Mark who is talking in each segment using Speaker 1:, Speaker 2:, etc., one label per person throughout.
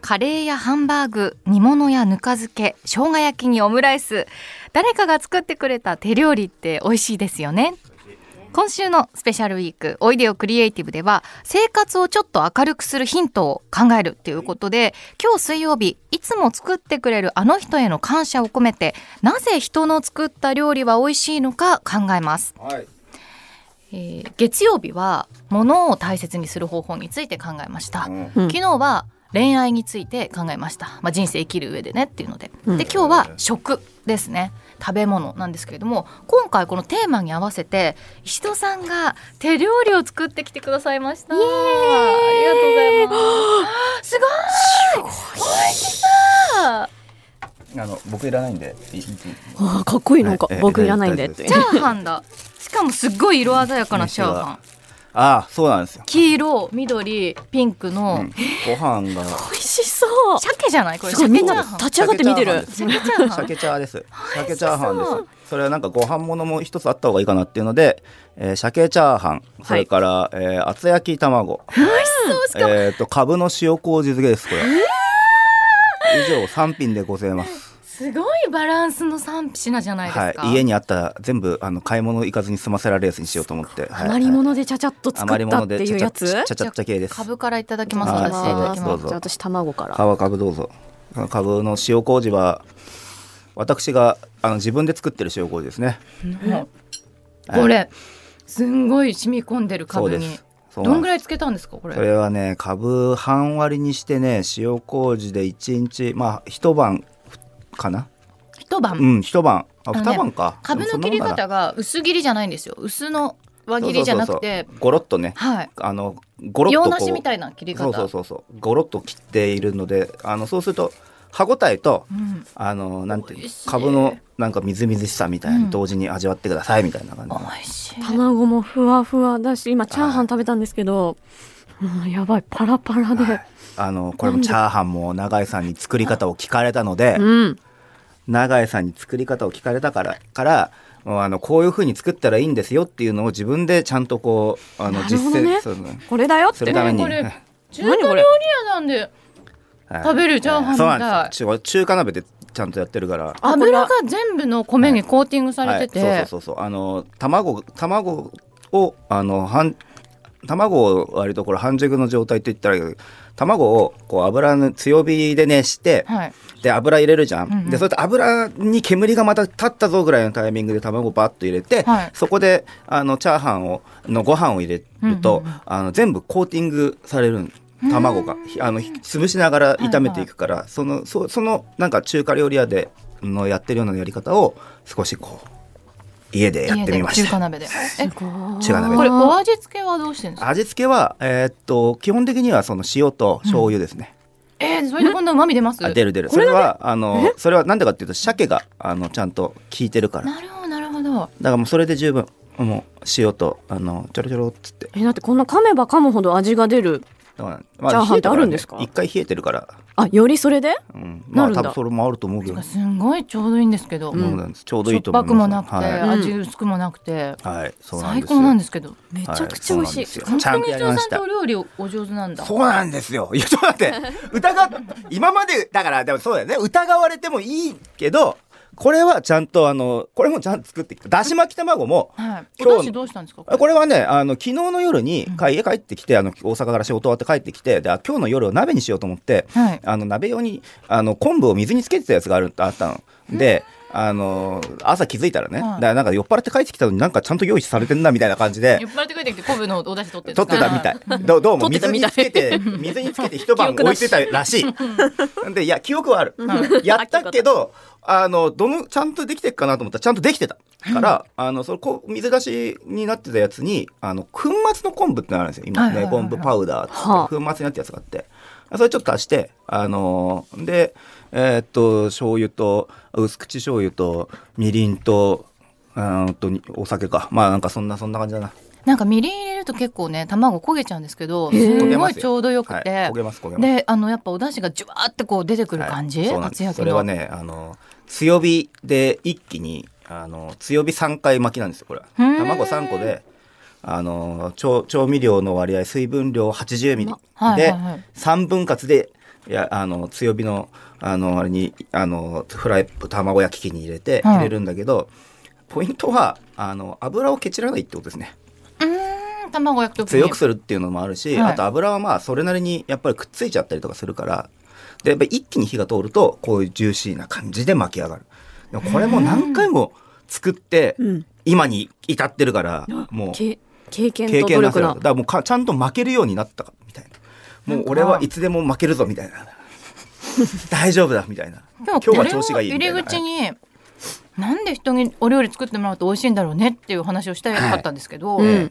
Speaker 1: カレーやハンバーグ煮物やぬか漬け生姜焼きにオムライス誰かが作ってくれた手料理って美味しいですよね今週のスペシャルウィーク「おいでよクリエイティブ」では生活をちょっと明るくするヒントを考えるということで今日水曜日いつも作ってくれるあの人への感謝を込めてなぜ人の作った料理は美味しいのか考えます。
Speaker 2: はい。
Speaker 1: えー月曜日は物を大切にする方法について考えました、
Speaker 2: うん
Speaker 3: うん
Speaker 1: 昨日は恋愛について考えました、まあ、人生生きる上でねっていうので、
Speaker 3: うん
Speaker 1: で今日は食ですね食べ物なんですけれども今回このテーマに合わせて石戸さんが手料理を作ってきてくださいましたありがとうございますすごい
Speaker 2: あの僕いらないんで。いいい
Speaker 3: あー かっこいいなんか、
Speaker 2: はいえ
Speaker 3: 僕いらないんで
Speaker 2: え
Speaker 3: って
Speaker 1: チャーハンだしかもすっごい色鮮やかなチャーハン
Speaker 2: ああそうなんですよ。
Speaker 1: 黄色緑ピンクの、
Speaker 2: うんご飯が
Speaker 3: 美味しそう
Speaker 1: 鮭じゃないこれ
Speaker 3: すごいみん
Speaker 1: 鮭チャ
Speaker 3: な
Speaker 1: ーハン
Speaker 3: 立ち上がって見てる
Speaker 1: 鮭チャーハン
Speaker 2: 鮭チャーです。鮭チャーハン
Speaker 1: 美味しそ
Speaker 2: です。それはなんかご飯物も一つあった方がいいかなっていうので、えー、鮭チャーハン、それから、えー厚焼き卵、えっとカブの塩麹漬けですこれ。以上三品でございます。
Speaker 1: すごいバランスの3品じゃないです
Speaker 2: は
Speaker 1: か、
Speaker 2: い。家にあったら全部あの買い物行かずに済ませられるやつにしようと思って。はい
Speaker 3: 余り物でちゃちゃっと作
Speaker 2: 余り
Speaker 3: ったっ
Speaker 2: 物
Speaker 3: て
Speaker 2: で
Speaker 3: いうやつ
Speaker 2: ちゃちゃちゃちゃちゃ系です。
Speaker 1: 株からいただき
Speaker 3: い
Speaker 1: ま
Speaker 3: た
Speaker 1: す私
Speaker 3: だき
Speaker 2: あ
Speaker 1: いた
Speaker 3: ま
Speaker 1: だ
Speaker 3: す
Speaker 1: き
Speaker 2: そ
Speaker 1: ま
Speaker 2: どう
Speaker 1: す
Speaker 2: ぞ
Speaker 3: じゃあ私卵から
Speaker 2: 皮株どうぞ株の塩麹は私があの自分で作ってる塩麹ですね
Speaker 1: これすんごい染み込んでる
Speaker 2: そう
Speaker 1: 株
Speaker 2: で
Speaker 1: に
Speaker 2: すそう
Speaker 1: ど
Speaker 2: なんん
Speaker 1: ぐ
Speaker 2: です
Speaker 1: らいつけたんですかこれ
Speaker 2: それはね株半割りにしてね塩麹で一日まあ一晩かな
Speaker 1: 一晩、
Speaker 2: うん一晩
Speaker 1: あ
Speaker 2: あ
Speaker 1: の
Speaker 2: 二
Speaker 1: ね
Speaker 2: 晩か
Speaker 1: 株の切り方が薄切りじゃないんですよ薄の輪切りじゃなくて
Speaker 2: ゴロッとね
Speaker 1: はい
Speaker 2: あのゴロッ
Speaker 1: 洋
Speaker 2: とこ
Speaker 1: 梨み
Speaker 2: う
Speaker 1: たいな切り方
Speaker 2: そうそうそうそうゴロッと切っているのであのそうすると歯ごたえと
Speaker 1: うん
Speaker 2: あのなんてい
Speaker 1: 美
Speaker 2: う
Speaker 1: 味しい
Speaker 2: 株のなんかみずみずしさみたいな
Speaker 1: うん
Speaker 2: の同時に味わってくださいみたいな感じ、
Speaker 1: 美味しい
Speaker 3: 卵もふわふわだし今チャーハン食べたんですけど、うん、やばいパラパラで、
Speaker 2: はいあのこれもチャーハンも永井さんに作り方を聞かれたので
Speaker 3: うん
Speaker 2: 永井さんに作り方を聞かれたからからもうあのこういう風に作ったらいいんですよっていうのを自分でちゃんとこうあの
Speaker 3: なるほ
Speaker 2: 実
Speaker 3: どね
Speaker 2: 践する,、
Speaker 3: これだよっ
Speaker 2: す
Speaker 3: て
Speaker 2: るために
Speaker 1: これ
Speaker 2: はい
Speaker 1: 中華
Speaker 3: 何
Speaker 1: 料
Speaker 3: こ
Speaker 1: 理
Speaker 3: れ
Speaker 1: 屋なんで
Speaker 2: はい
Speaker 1: 食べるチャーハンみたい
Speaker 2: そうなんですよ中中華鍋でちゃんとやってるから
Speaker 3: あこれ
Speaker 1: 油
Speaker 3: は
Speaker 1: が全部の米にコーティングされてて、
Speaker 2: はい、そうそうそうそうあの卵卵をあの半卵を割とこれ半熟の状態って言ったらいいけど卵をこう油の強火で熱して、
Speaker 1: はい
Speaker 2: で油入れるじゃん、
Speaker 1: うんうん
Speaker 2: でそれと油に煙がまた立ったぞぐらいのタイミングで卵をバッと入れて、
Speaker 1: はい
Speaker 2: そこであのチャーハンをのご飯を入れると、
Speaker 1: うんうんうん
Speaker 2: あの全部コーティングされるん卵がひあのひ潰しながら炒めていくから、そのそそのなんか中華料理屋でのやってるようなやり方を少しこう家でやってみまし
Speaker 1: 家で中華
Speaker 2: た
Speaker 1: 鍋 でえ
Speaker 2: 中華鍋
Speaker 1: これ
Speaker 3: お
Speaker 1: お味付けはどうしてるんですか
Speaker 2: 味付けは、えーっと基本的にはその塩と醤油ですね、
Speaker 1: えー、それでこんな旨味出ます
Speaker 2: あ出る出るそれはあのそれはなんでかっていうと鮭があのちゃんと効いてるからだか
Speaker 1: なるほどなるほど
Speaker 2: らもうそれで十分もう塩とあのちょろちょろっつって
Speaker 3: えだってこんな噛めば噛むほど味が出る
Speaker 2: だから、
Speaker 3: チャーハン
Speaker 2: 冷え
Speaker 3: って
Speaker 2: たらね
Speaker 3: あるんですか
Speaker 2: 一回冷えてるから、
Speaker 3: あよりそれで
Speaker 2: うん、ま
Speaker 3: な
Speaker 2: あ
Speaker 3: るんだ
Speaker 2: 多分それもあると思うけど、
Speaker 1: すんごいちょうどいいんですけど、
Speaker 2: そうなんですちょうど
Speaker 1: し
Speaker 2: い
Speaker 1: ょっ
Speaker 2: いと思
Speaker 1: ぱ
Speaker 2: い
Speaker 1: くもな
Speaker 2: ま
Speaker 1: くて、
Speaker 2: すはい、
Speaker 3: い
Speaker 1: 味薄くもなくて、
Speaker 2: はい、そうなん
Speaker 1: 最
Speaker 2: です
Speaker 1: 高なんですけど
Speaker 3: めち
Speaker 2: はい
Speaker 3: ゃくちゃ美味し
Speaker 2: そうなん
Speaker 3: い、
Speaker 2: ですよ
Speaker 1: 本
Speaker 2: ちゃ
Speaker 1: 当
Speaker 2: ん
Speaker 1: に
Speaker 2: と
Speaker 1: 伊
Speaker 2: やり
Speaker 1: 藤
Speaker 2: ま
Speaker 1: さ
Speaker 2: し
Speaker 1: んと
Speaker 2: た
Speaker 1: お料理お上手なんだ
Speaker 2: そうなんですよ。いや、ちょっと待って。疑っ、今まで、だから、でもそうだよね。疑われてもいいけど、これはちゃんと、あの、これもちゃんと作ってきた。だし巻き卵も、
Speaker 1: はい、お
Speaker 2: 今日
Speaker 1: 出汁どうしたんですか
Speaker 2: あこれはね、あの、昨日の夜に、か家帰ってきて、あの、大阪から仕事終わって帰ってきて、で、あ今日の夜を鍋にしようと思って、
Speaker 1: はい
Speaker 2: あの、鍋用に、あの、昆布を水につけてたやつがある、あったの。で、あの、朝気づいたらね、
Speaker 1: はい
Speaker 2: だからなんか酔っ払って帰ってきたのになんかちゃんと用意されてんな、みたいな感じで
Speaker 1: 酔、っ払って帰ってきて昆布のお出汁取って
Speaker 2: 取ってたみた
Speaker 1: い
Speaker 2: い。どうどうも
Speaker 3: 取っ
Speaker 2: 水
Speaker 3: てたみ
Speaker 2: に
Speaker 3: たい
Speaker 2: つけ て、水につけて一晩
Speaker 3: 記憶
Speaker 2: 置
Speaker 3: ないして
Speaker 2: たらしい。で、いや、記憶はある。やったけど、あの、どの、ちゃんとできてっかなと思ったら、ちゃんとできてた。から、あの、そのこう、水出しになってたやつに、あの、粉末の昆布ってのあるんですよ。今
Speaker 1: はいはい
Speaker 2: ね、
Speaker 1: はいはい
Speaker 2: 昆布パウダーっつ
Speaker 3: はあ
Speaker 2: って、粉末になったやつがあって。それちょっと足して、あのーで、えーっと、醤油と、薄口醤油と、みりんと、うーんと、にお酒か。まあ、なんかそんな、そんな感じだな。
Speaker 1: なんかみりん入れると結構ね卵焦げちゃうんですけどす
Speaker 3: へー
Speaker 1: んごいちょうどよくて、
Speaker 2: はい焦げます、焦げます。
Speaker 1: であのやっぱお出汁がジュワーってこう出てくる感じ、
Speaker 2: はいそうなん
Speaker 1: 厚
Speaker 2: です
Speaker 1: 焼きの
Speaker 2: それはねあの強火で一気にあの強火3回巻きなんですよこれは
Speaker 1: うーん
Speaker 2: 卵3個であの調調味料の割合水分量80ミリで、
Speaker 1: はいはいはい
Speaker 2: 3分割でいやあの強火のあのあれにあのフライ卵焼き器に入れて
Speaker 1: うん
Speaker 2: 入れるんだけど、ポイントはあの油をけちらないってことですね
Speaker 1: うん卵焼くときに
Speaker 2: 強くするっていうのもあるし、
Speaker 1: はい
Speaker 2: あと油はまあそれなりにやっぱりくっついちゃったりとかするからでやっぱ一気に火が通るとこういうジューシーな感じで巻き上がるでもこれも何回も作って
Speaker 3: うん
Speaker 2: 今に至ってるからもう
Speaker 3: け経験
Speaker 2: 経
Speaker 3: と
Speaker 2: 験
Speaker 3: 努
Speaker 2: な
Speaker 3: 力
Speaker 2: せるだ
Speaker 3: な
Speaker 2: からもうかちゃんと負けるようになったかみたいなもう俺はいつでも負けるぞみたいな大丈夫だみたいな
Speaker 1: 今
Speaker 2: 今日は調子がいいみたいな
Speaker 1: 入り口になんで人にお料理作ってもらうと美味しいんだろうねっていう話をしたかったんですけど、
Speaker 3: はいうん
Speaker 2: え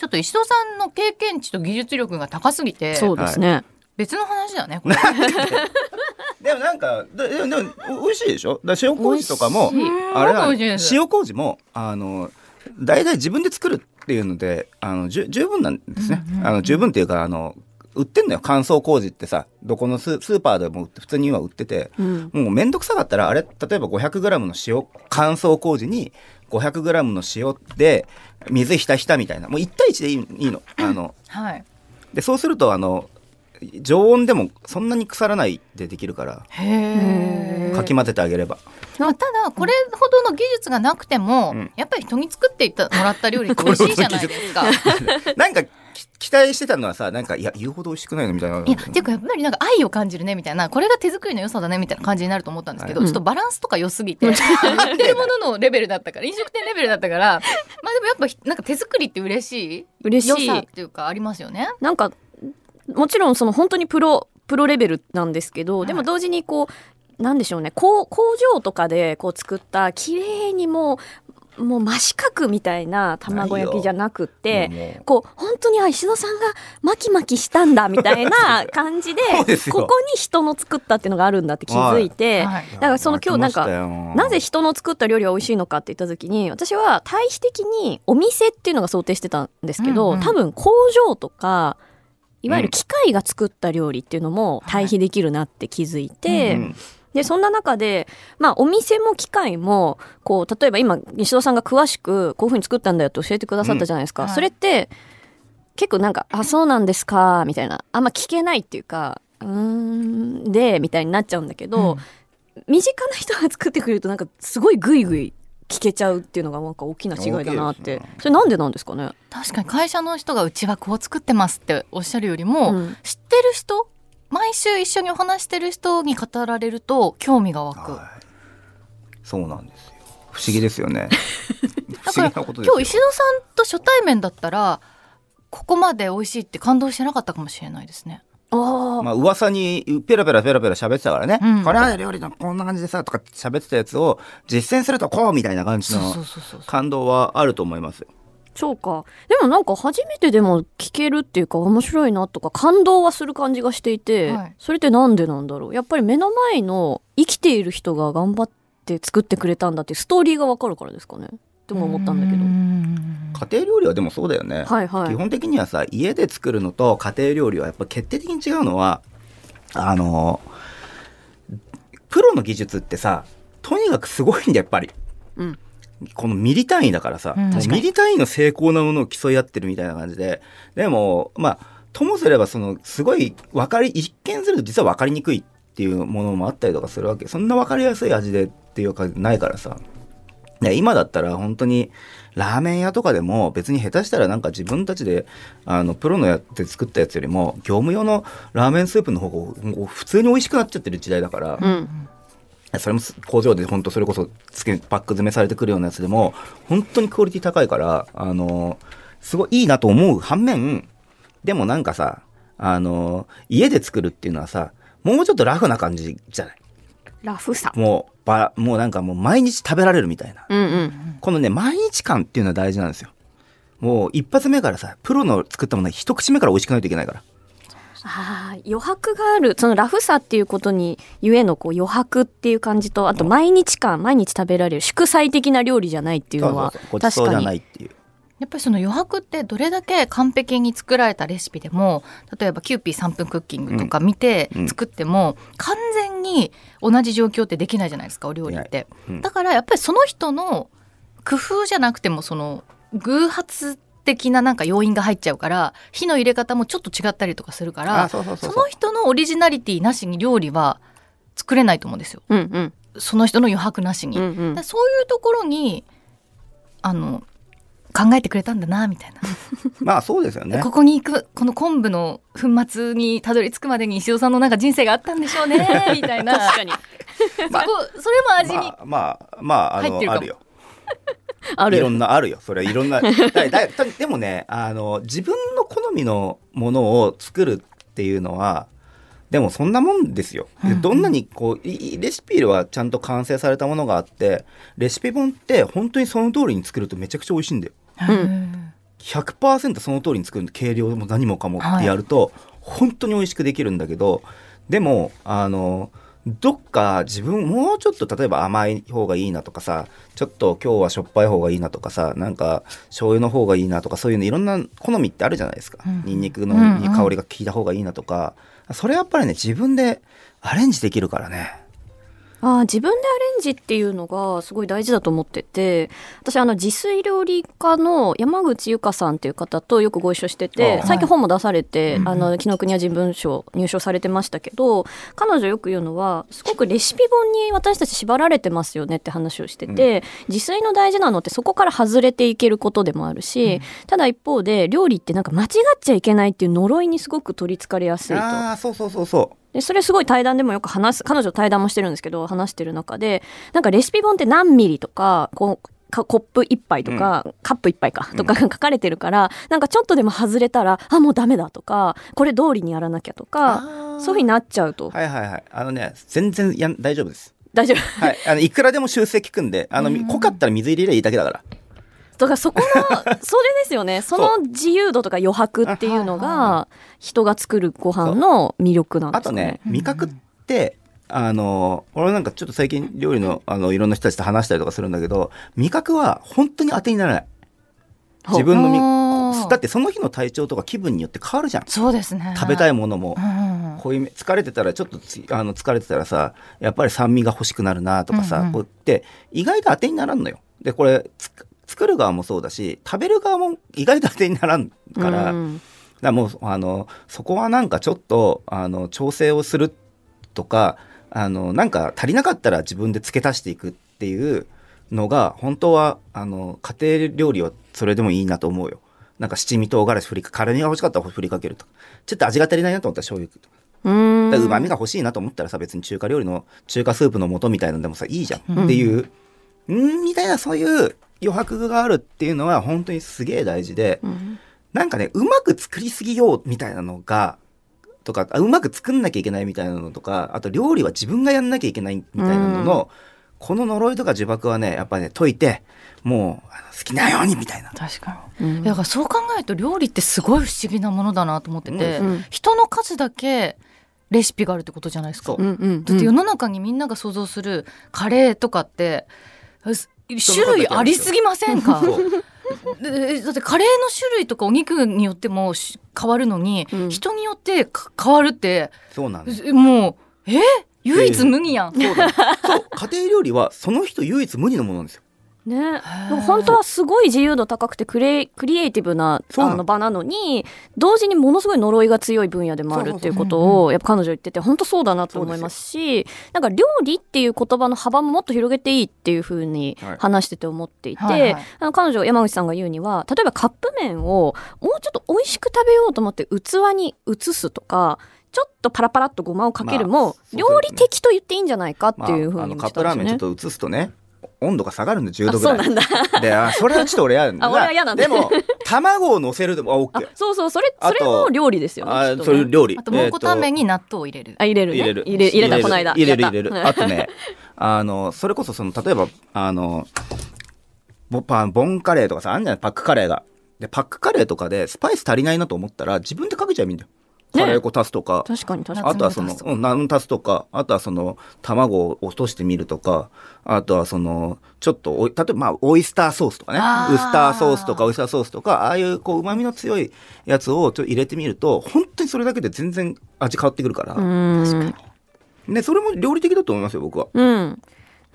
Speaker 1: ちょっと石戸さんの経験値と技術力が高すぎて
Speaker 3: そうですね、
Speaker 1: 別の話だ ねこれ
Speaker 2: えでもなんかでででも美味しいでしょだから塩麹とかも
Speaker 3: 美味しい
Speaker 2: あ
Speaker 1: な
Speaker 2: れ
Speaker 1: んか
Speaker 2: は
Speaker 1: 美味しいです
Speaker 2: 塩麹もあの大体自分で作るっていうのであのじゅ十分なんですね、あの十分っていうかあの売ってんのよ乾燥麹ってさどこのススーパーでも売って普通には売ってて、
Speaker 3: うん、
Speaker 2: もうめんどくさかったら、あれ、例えば 500g の塩、乾燥麹に 500g の塩で、水ひたひたみたいな。もう1対1でいいいいの。あの、
Speaker 1: はい
Speaker 2: で、そうすると、あの、常温でもそんなに腐らないでできるから、
Speaker 1: へえ
Speaker 3: へー
Speaker 2: かき混ぜてあげれば。
Speaker 1: まあ、ただこれほどの技術がなくても、
Speaker 2: うん
Speaker 1: やっぱり人に作っていたもらった料理って美味しいじゃないです か。
Speaker 2: なんか、き期待してたのはさ、なんか、いや、言うほど美味しくないのみたいな。
Speaker 1: いやていうかやっぱりなんか愛を感じるねみたいなこれが手作りの良さだねみたいな感じになると思ったんですけど、
Speaker 3: はい
Speaker 1: ちょっとバランスとか良すぎて、 売ってるもののレベルだったから飲食店レベルだったからまあでもやっぱひなんか手作りって嬉しい
Speaker 3: 嬉しい
Speaker 1: 良さっていうかありますよね。
Speaker 3: なんかもちろんその本当にプロプロレベルなんですけど、
Speaker 1: はい
Speaker 3: でも同時にこうなんでしょうねこう工場とかでこう作った綺麗にもうもう真四角みたいな卵焼きじゃなくて。
Speaker 2: もうもう
Speaker 3: こう本当にあ石戸さんが巻き巻きしたんだみたいな感じで
Speaker 2: そうですよ
Speaker 3: ここに人の作ったっていうのがあるんだって気づいて、
Speaker 1: はい
Speaker 2: いや
Speaker 3: だからその今日なんか
Speaker 2: 待ってましたよ
Speaker 3: なぜ人の作った料理が美味しいのかって言った時に私は対比的にお店っていうのが想定してたんですけど、
Speaker 1: うんうん
Speaker 3: 多分工場とかいわゆる機械が作った料理っていうのも対比できるなって気づいて、
Speaker 2: うん
Speaker 3: でそんな中で、まあ、お店も機械もこう例えば今西戸さんが詳しくこういうふうに作ったんだよって教えてくださったじゃないですか、
Speaker 1: うんはい
Speaker 3: それって結構なんか「あそうなんですか」みたいなあんま聞けないっていうか「うーんで」みたいになっちゃうんだけど、
Speaker 1: うん
Speaker 3: 身近な人が作ってくれるとなんかすごいグイグイ聞けちゃうっていうのがなんか大きな違いだな
Speaker 2: 大
Speaker 3: っ
Speaker 2: きいで
Speaker 3: て
Speaker 2: すね
Speaker 3: それなんでなんですかね、
Speaker 1: 確かに会社の人がうちはこう作ってますっておっしゃるよりも、
Speaker 3: うん
Speaker 1: 知ってる人毎週一緒にお話してる人に語られると興味が湧く。
Speaker 2: はいそうなんですよ。不思議ですよね。
Speaker 1: だか
Speaker 2: 不思
Speaker 1: ら
Speaker 2: 議なことですよ
Speaker 1: 今日石戸さんと初対面だったらここまで美味しいって感動してなかったかもしれないですね。
Speaker 3: ああ
Speaker 2: まあ噂にペラペラペラペラ喋ってたからね、
Speaker 1: うん
Speaker 2: これは料理のこんな感じでさとかって喋ってたやつを実践するとこうみたいな感じ
Speaker 1: そう
Speaker 2: の
Speaker 1: そうそうそう。
Speaker 2: 感動はあると思いますよ。
Speaker 3: そうかでもなんか初めてでも聞けるっていうか面白いなとか感動はする感じがしていて、
Speaker 1: はい
Speaker 3: それってなんでなんだろうやっぱり目の前の生きている人が頑張って作ってくれたんだっていうストーリーがわかるからですかねっても思ったんだけど
Speaker 1: ど。
Speaker 2: 家庭料理はでもそうだよね、
Speaker 3: はいはい
Speaker 2: 基本的にはさ家で作るのと家庭料理はやっぱ決定的に違うのはあのプロの技術ってさとにかくすごいんだやっぱり
Speaker 3: うん
Speaker 2: このミリ単位だからさ、
Speaker 1: うん
Speaker 2: もう
Speaker 1: 確かに
Speaker 2: ミリ単位の成功なものを競い合ってるみたいな感じででもまあともすればそのすごい分かり一見すると実は分かりにくいっていうものもあったりとかするわけそんな分かりやすい味でっていうかないからさね今だったら本当にラーメン屋とかでも別に下手したらなんか自分たちであのプロのやって作ったやつよりも業務用のラーメンスープの方がもう普通に美味しくなっちゃってる時代だから、
Speaker 3: うん
Speaker 2: それもす工場で本当それこそ月にパック詰めされてくるようなやつでも本当にクオリティ高いからあのすごいいいなと思う反面でもなんかさあの家で作るっていうのはさもうちょっとラフな感じじゃない
Speaker 3: ラフさ
Speaker 2: もうばもうなんかもう毎日食べられるみたいな
Speaker 3: うんうん
Speaker 2: このね毎日感っていうのは大事なんですよもう一発目からさプロの作ったものは一口目から美味しくないといけないから
Speaker 3: あー余白があるそのラフさっていうことにゆえのこう余白っていう感じとあと毎日感毎日食べられる祝祭的な料理じゃないっていうのは
Speaker 2: そうそうそうごち
Speaker 3: 確
Speaker 2: そうじ
Speaker 3: か
Speaker 2: ゃない
Speaker 3: に
Speaker 2: っていう
Speaker 1: やっぱりその余白ってどれだけ完璧に作られたレシピでも例えばキューピー3分クッキングとか見て
Speaker 2: うん
Speaker 1: 作っても、完全に同じ状況ってできないじゃないですかお料理って、
Speaker 2: うん
Speaker 1: だからやっぱりその人の工夫じゃなくてもその偶発的ななんか要因が入っちゃうから火の入れ方もちょっと違ったりとかするから
Speaker 2: あそうそうそう
Speaker 1: そ
Speaker 2: そう
Speaker 1: の人のオリジナリティなしに料理は作れないと思うんですよ
Speaker 3: うんうん
Speaker 1: その人の余白なしに。
Speaker 3: うんうん
Speaker 1: だからそういうところにあの考えてくれたんだなみたいな、
Speaker 2: まあそうですよね
Speaker 1: ここに行くこの昆布の粉末にたどり着くまでに石戸さんのなんか人生があったんでしょうねみた いな
Speaker 3: 確かに
Speaker 1: そこそれも味に、
Speaker 2: まあまあまああ
Speaker 1: 入っ
Speaker 2: の
Speaker 1: てるかも
Speaker 2: あるよ
Speaker 3: あ
Speaker 2: いろ
Speaker 3: る
Speaker 2: んなあるよそれはいろんなだいだいだいでもねあの自分の好みのものを作るっていうのはでもそんなもんですよ、で
Speaker 1: うんうん
Speaker 2: どんなにこういいレシピはちゃんと完成されたものがあってレシピ本って本当にその通りに作るとめちゃくちゃ美味しいんだよ
Speaker 3: うん
Speaker 1: うん
Speaker 2: 100%その通りに作るの計量も何もかもっ
Speaker 1: はい
Speaker 2: てやると本当に美味しくできるんだけど、でもあのどっか自分もうちょっと例えば甘い方がいいなとかさちょっと今日はしょっぱい方がいいなとかさなんか醤油の方がいいなとかそういうのいろんな好みってあるじゃないですか、
Speaker 1: うん
Speaker 2: ニンニク
Speaker 1: う
Speaker 2: の
Speaker 1: ん
Speaker 2: いい香りが効いた方がいいなとか、それやっぱりね自分でアレンジできるからね。
Speaker 3: あー自分でアレンジっていうのがすごい大事だと思ってて私あの自炊料理家の山口由香さんっていう方とよくご一緒して
Speaker 2: あ
Speaker 3: て
Speaker 2: あ
Speaker 3: 最近本も出されて
Speaker 1: は
Speaker 3: 「
Speaker 1: い
Speaker 3: あの紀ノ国屋人文賞」入賞されてましたけど彼女よく言うのはすごくレシピ本に私たち縛られてますよねって話をしてて、自炊の大事なのってそこから外れていけることでもあるし、ただ一方で料理ってなんか間違っちゃいけないっていう呪いにすごく取りつかれやすいと。
Speaker 2: ああそうそうそうそう
Speaker 3: でそれすごい対談でもよく話す彼女対談もしてるんですけど話してる中でなんかレシピ本って何ミリとかこうかコップ1杯とか、カップ1杯かとかが書かれてるからなんかちょっとでも外れたらあもうダメだとかこれ通りにやらなきゃとかそういうふうになっちゃうと
Speaker 2: はいはいはいあのね全然やん大丈夫です
Speaker 3: 大丈夫
Speaker 2: はい、あのいくらでも修正効くんであの、み濃かったら水入れりゃいいだけだから
Speaker 3: だからそこのそれですよねその自由度とか余白っていうのが人が作るご飯の魅力なんで
Speaker 2: あ
Speaker 3: すか
Speaker 2: と
Speaker 3: ね
Speaker 2: ね。味覚ってあの俺なんかちょっと最近料理のあのいろんな人たちと話したりとかするんだけど味覚は本当に当てにならない
Speaker 3: ほう
Speaker 2: 自分の
Speaker 1: あ
Speaker 2: み
Speaker 1: ー
Speaker 2: だってその日の体調とか気分によって変わるじゃん
Speaker 1: そうですね
Speaker 2: 食べた
Speaker 1: い、
Speaker 2: いものも
Speaker 1: うんうん
Speaker 2: 濃いめ疲れてたらちょっとつあの疲れてたらさやっぱり酸味が欲しくなるなとかさ、
Speaker 1: うんうん
Speaker 2: こうやって意外と当てにならんのよでこれつ作る側もそうだし食べる側も意外と当てにならんから、
Speaker 3: うん
Speaker 2: だからもうあのそこはなんかちょっとあの調整をするとかあのなんか足りなかったら自分で付け足していくっていうのが本当はあの家庭料理はそれでもいいなと思うよなんか七味唐辛子振りか辛みが欲しかったら振りかけるとかちょっと味が足りないなと思ったら醤油とか
Speaker 3: うん
Speaker 2: うまみが欲しいなと思ったらさ別に中華料理の中華スープの素みたいなのでもさいいじゃんっていう、うん、みたいなそういう余白があるっていうのは本当にすげえ大事で、
Speaker 3: うん
Speaker 2: なんかね、うまく作りすぎようみたいなのが、とか、あうまく作んなきゃいけないみたいなのとか、あと料理は自分がやんなきゃいけないみたいなのの、この呪いとか呪縛はね、やっぱね、解いて、もう、あの好きなようにみたいな。
Speaker 1: 確かに
Speaker 3: うん
Speaker 1: だからそう考えると料理ってすごい不思議なものだなと思ってて、
Speaker 2: う
Speaker 3: うん
Speaker 1: 人の数だけレシピがあるってことじゃないですか。
Speaker 2: そう
Speaker 3: うんうん
Speaker 1: だって世の中にみんなが想像するカレーとかってす種類ありすぎませんか
Speaker 2: そう
Speaker 1: でだってカレーの種類とかお肉によってもし変わるのに、
Speaker 3: うん
Speaker 1: 人によってか変わるって
Speaker 2: そうなんです。
Speaker 1: もうえ唯一無二やん。
Speaker 2: そうだそう家庭料理はその人唯一無二のものなんですよ。
Speaker 3: ね、でも本当はすごい自由度高くてクレイクリエイティブな
Speaker 2: そうなの
Speaker 3: あの場なのに同時にものすごい呪いが強い分野でもあるっていうことをやっぱ彼女言ってて本当そうだなと思いますしなんか料理っていう言葉の幅ももっと広げていいっていうふうに
Speaker 2: はい
Speaker 3: 話してて思っていて、
Speaker 1: はいはい
Speaker 3: あの彼女山口さんが言うには例えばカップ麺をもうちょっと美味しく食べようと思って器に移すとかちょっとパラパラっとごまをかける
Speaker 2: まあ
Speaker 3: も
Speaker 2: そうそう
Speaker 3: 料理的と言っていいんじゃないかっ
Speaker 2: ま
Speaker 3: ていうふ
Speaker 2: あ、
Speaker 3: う
Speaker 2: あ
Speaker 3: に
Speaker 2: の
Speaker 3: も
Speaker 2: カ
Speaker 3: 言っ
Speaker 2: ッ
Speaker 3: てた
Speaker 2: プラー
Speaker 3: ん
Speaker 2: メ
Speaker 3: で
Speaker 2: ン
Speaker 3: す
Speaker 2: ちょ
Speaker 3: よ
Speaker 2: っ
Speaker 3: ね。
Speaker 2: と移すとね、温度が下がるんで10
Speaker 3: あ
Speaker 2: 度ぐ
Speaker 3: そう
Speaker 2: らい。
Speaker 3: なんだ
Speaker 2: で、あそれはちょっと俺嫌なんだ。
Speaker 3: あ俺は嫌なんだ
Speaker 2: でも、卵を乗せるでも、あ、オッ
Speaker 3: あ
Speaker 2: ケー。
Speaker 3: そうそうそれ
Speaker 2: あ
Speaker 3: そ
Speaker 2: と
Speaker 3: れも料理ですよねき
Speaker 2: あ
Speaker 3: っ、と
Speaker 2: それ
Speaker 3: ね
Speaker 2: 料理。
Speaker 1: あと蒙古タンメン
Speaker 2: えーと
Speaker 1: に納豆を入れる。
Speaker 3: あ入れるね
Speaker 2: 入れる。
Speaker 3: 入れ入れたこの間
Speaker 2: 入れる
Speaker 3: やっ
Speaker 2: 入れ
Speaker 3: た
Speaker 2: る。あとね、 あの、それこそその、例えば、あの、ボパン、ボンカレーとかさ、あんじゃないパックカレーが。で、パックカレーとかでスパイス足りないなと思ったら、自分でかけちゃえばいいんだよ。
Speaker 3: ね
Speaker 2: カレー粉足すとか。
Speaker 3: 確かに確か
Speaker 2: あとはそ
Speaker 1: ナ
Speaker 2: の
Speaker 1: ツ、メ
Speaker 2: うん、ナム足すとか、あとはその、卵を落としてみるとか、あとはその、ちょっとおい、例えばまあ、オイスターソースとかね
Speaker 1: あ、ー
Speaker 2: ウスターソースとか、オイスターソースとか、ああいう、こう、旨味の強いやつをちょっと入れてみると、本当にそれだけで全然味変わってくるから、
Speaker 3: にうん
Speaker 2: ね、それも料理的だと思いますよ、僕は。
Speaker 3: うん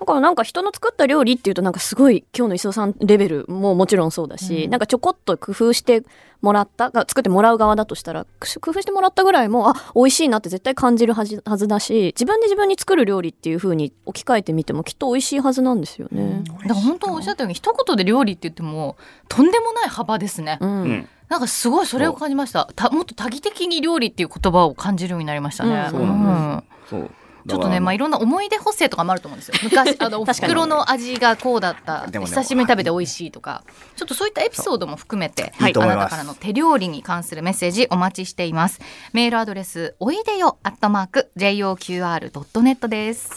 Speaker 3: だからなんか人の作った料理っていうとなんかすごい今日の磯尾さんレベルももちろんそうだし、
Speaker 1: うん
Speaker 3: なんかちょこっと工夫してもらったが作ってもらう側だとしたらくし工夫してもらったぐらいもあ美味しいなって絶対感じるはずはずだし自分で自分に作る料理っていう風に置き換えてみてもきっと美味しいはずなんですよね。
Speaker 1: だから本当おっしゃったように一言で料理って言ってもとんでもない幅ですね、
Speaker 3: うん
Speaker 2: うん
Speaker 1: なんかすごいそれを感じましたたもっと多義的に料理っていう言葉を感じるようになりましたね、
Speaker 3: うん
Speaker 2: そうなんそう
Speaker 1: ちょっとね、まあ、い
Speaker 2: い
Speaker 1: ろんな思い出補正とかもあると思うん ですよ。昔、あの、お
Speaker 3: 確かに
Speaker 1: 袋の味がこうだった、
Speaker 2: でもね
Speaker 1: 久しぶりに食べて美味しいとか、ちょっとそういったエピソードも含めて、
Speaker 2: はいいいと
Speaker 1: あ
Speaker 2: 思い
Speaker 1: な
Speaker 2: ま
Speaker 1: た
Speaker 2: す
Speaker 1: からの手料理に関するメッセージお待ちしています。メールアドレス、おいでよ、アットマーク、JOQR.net です。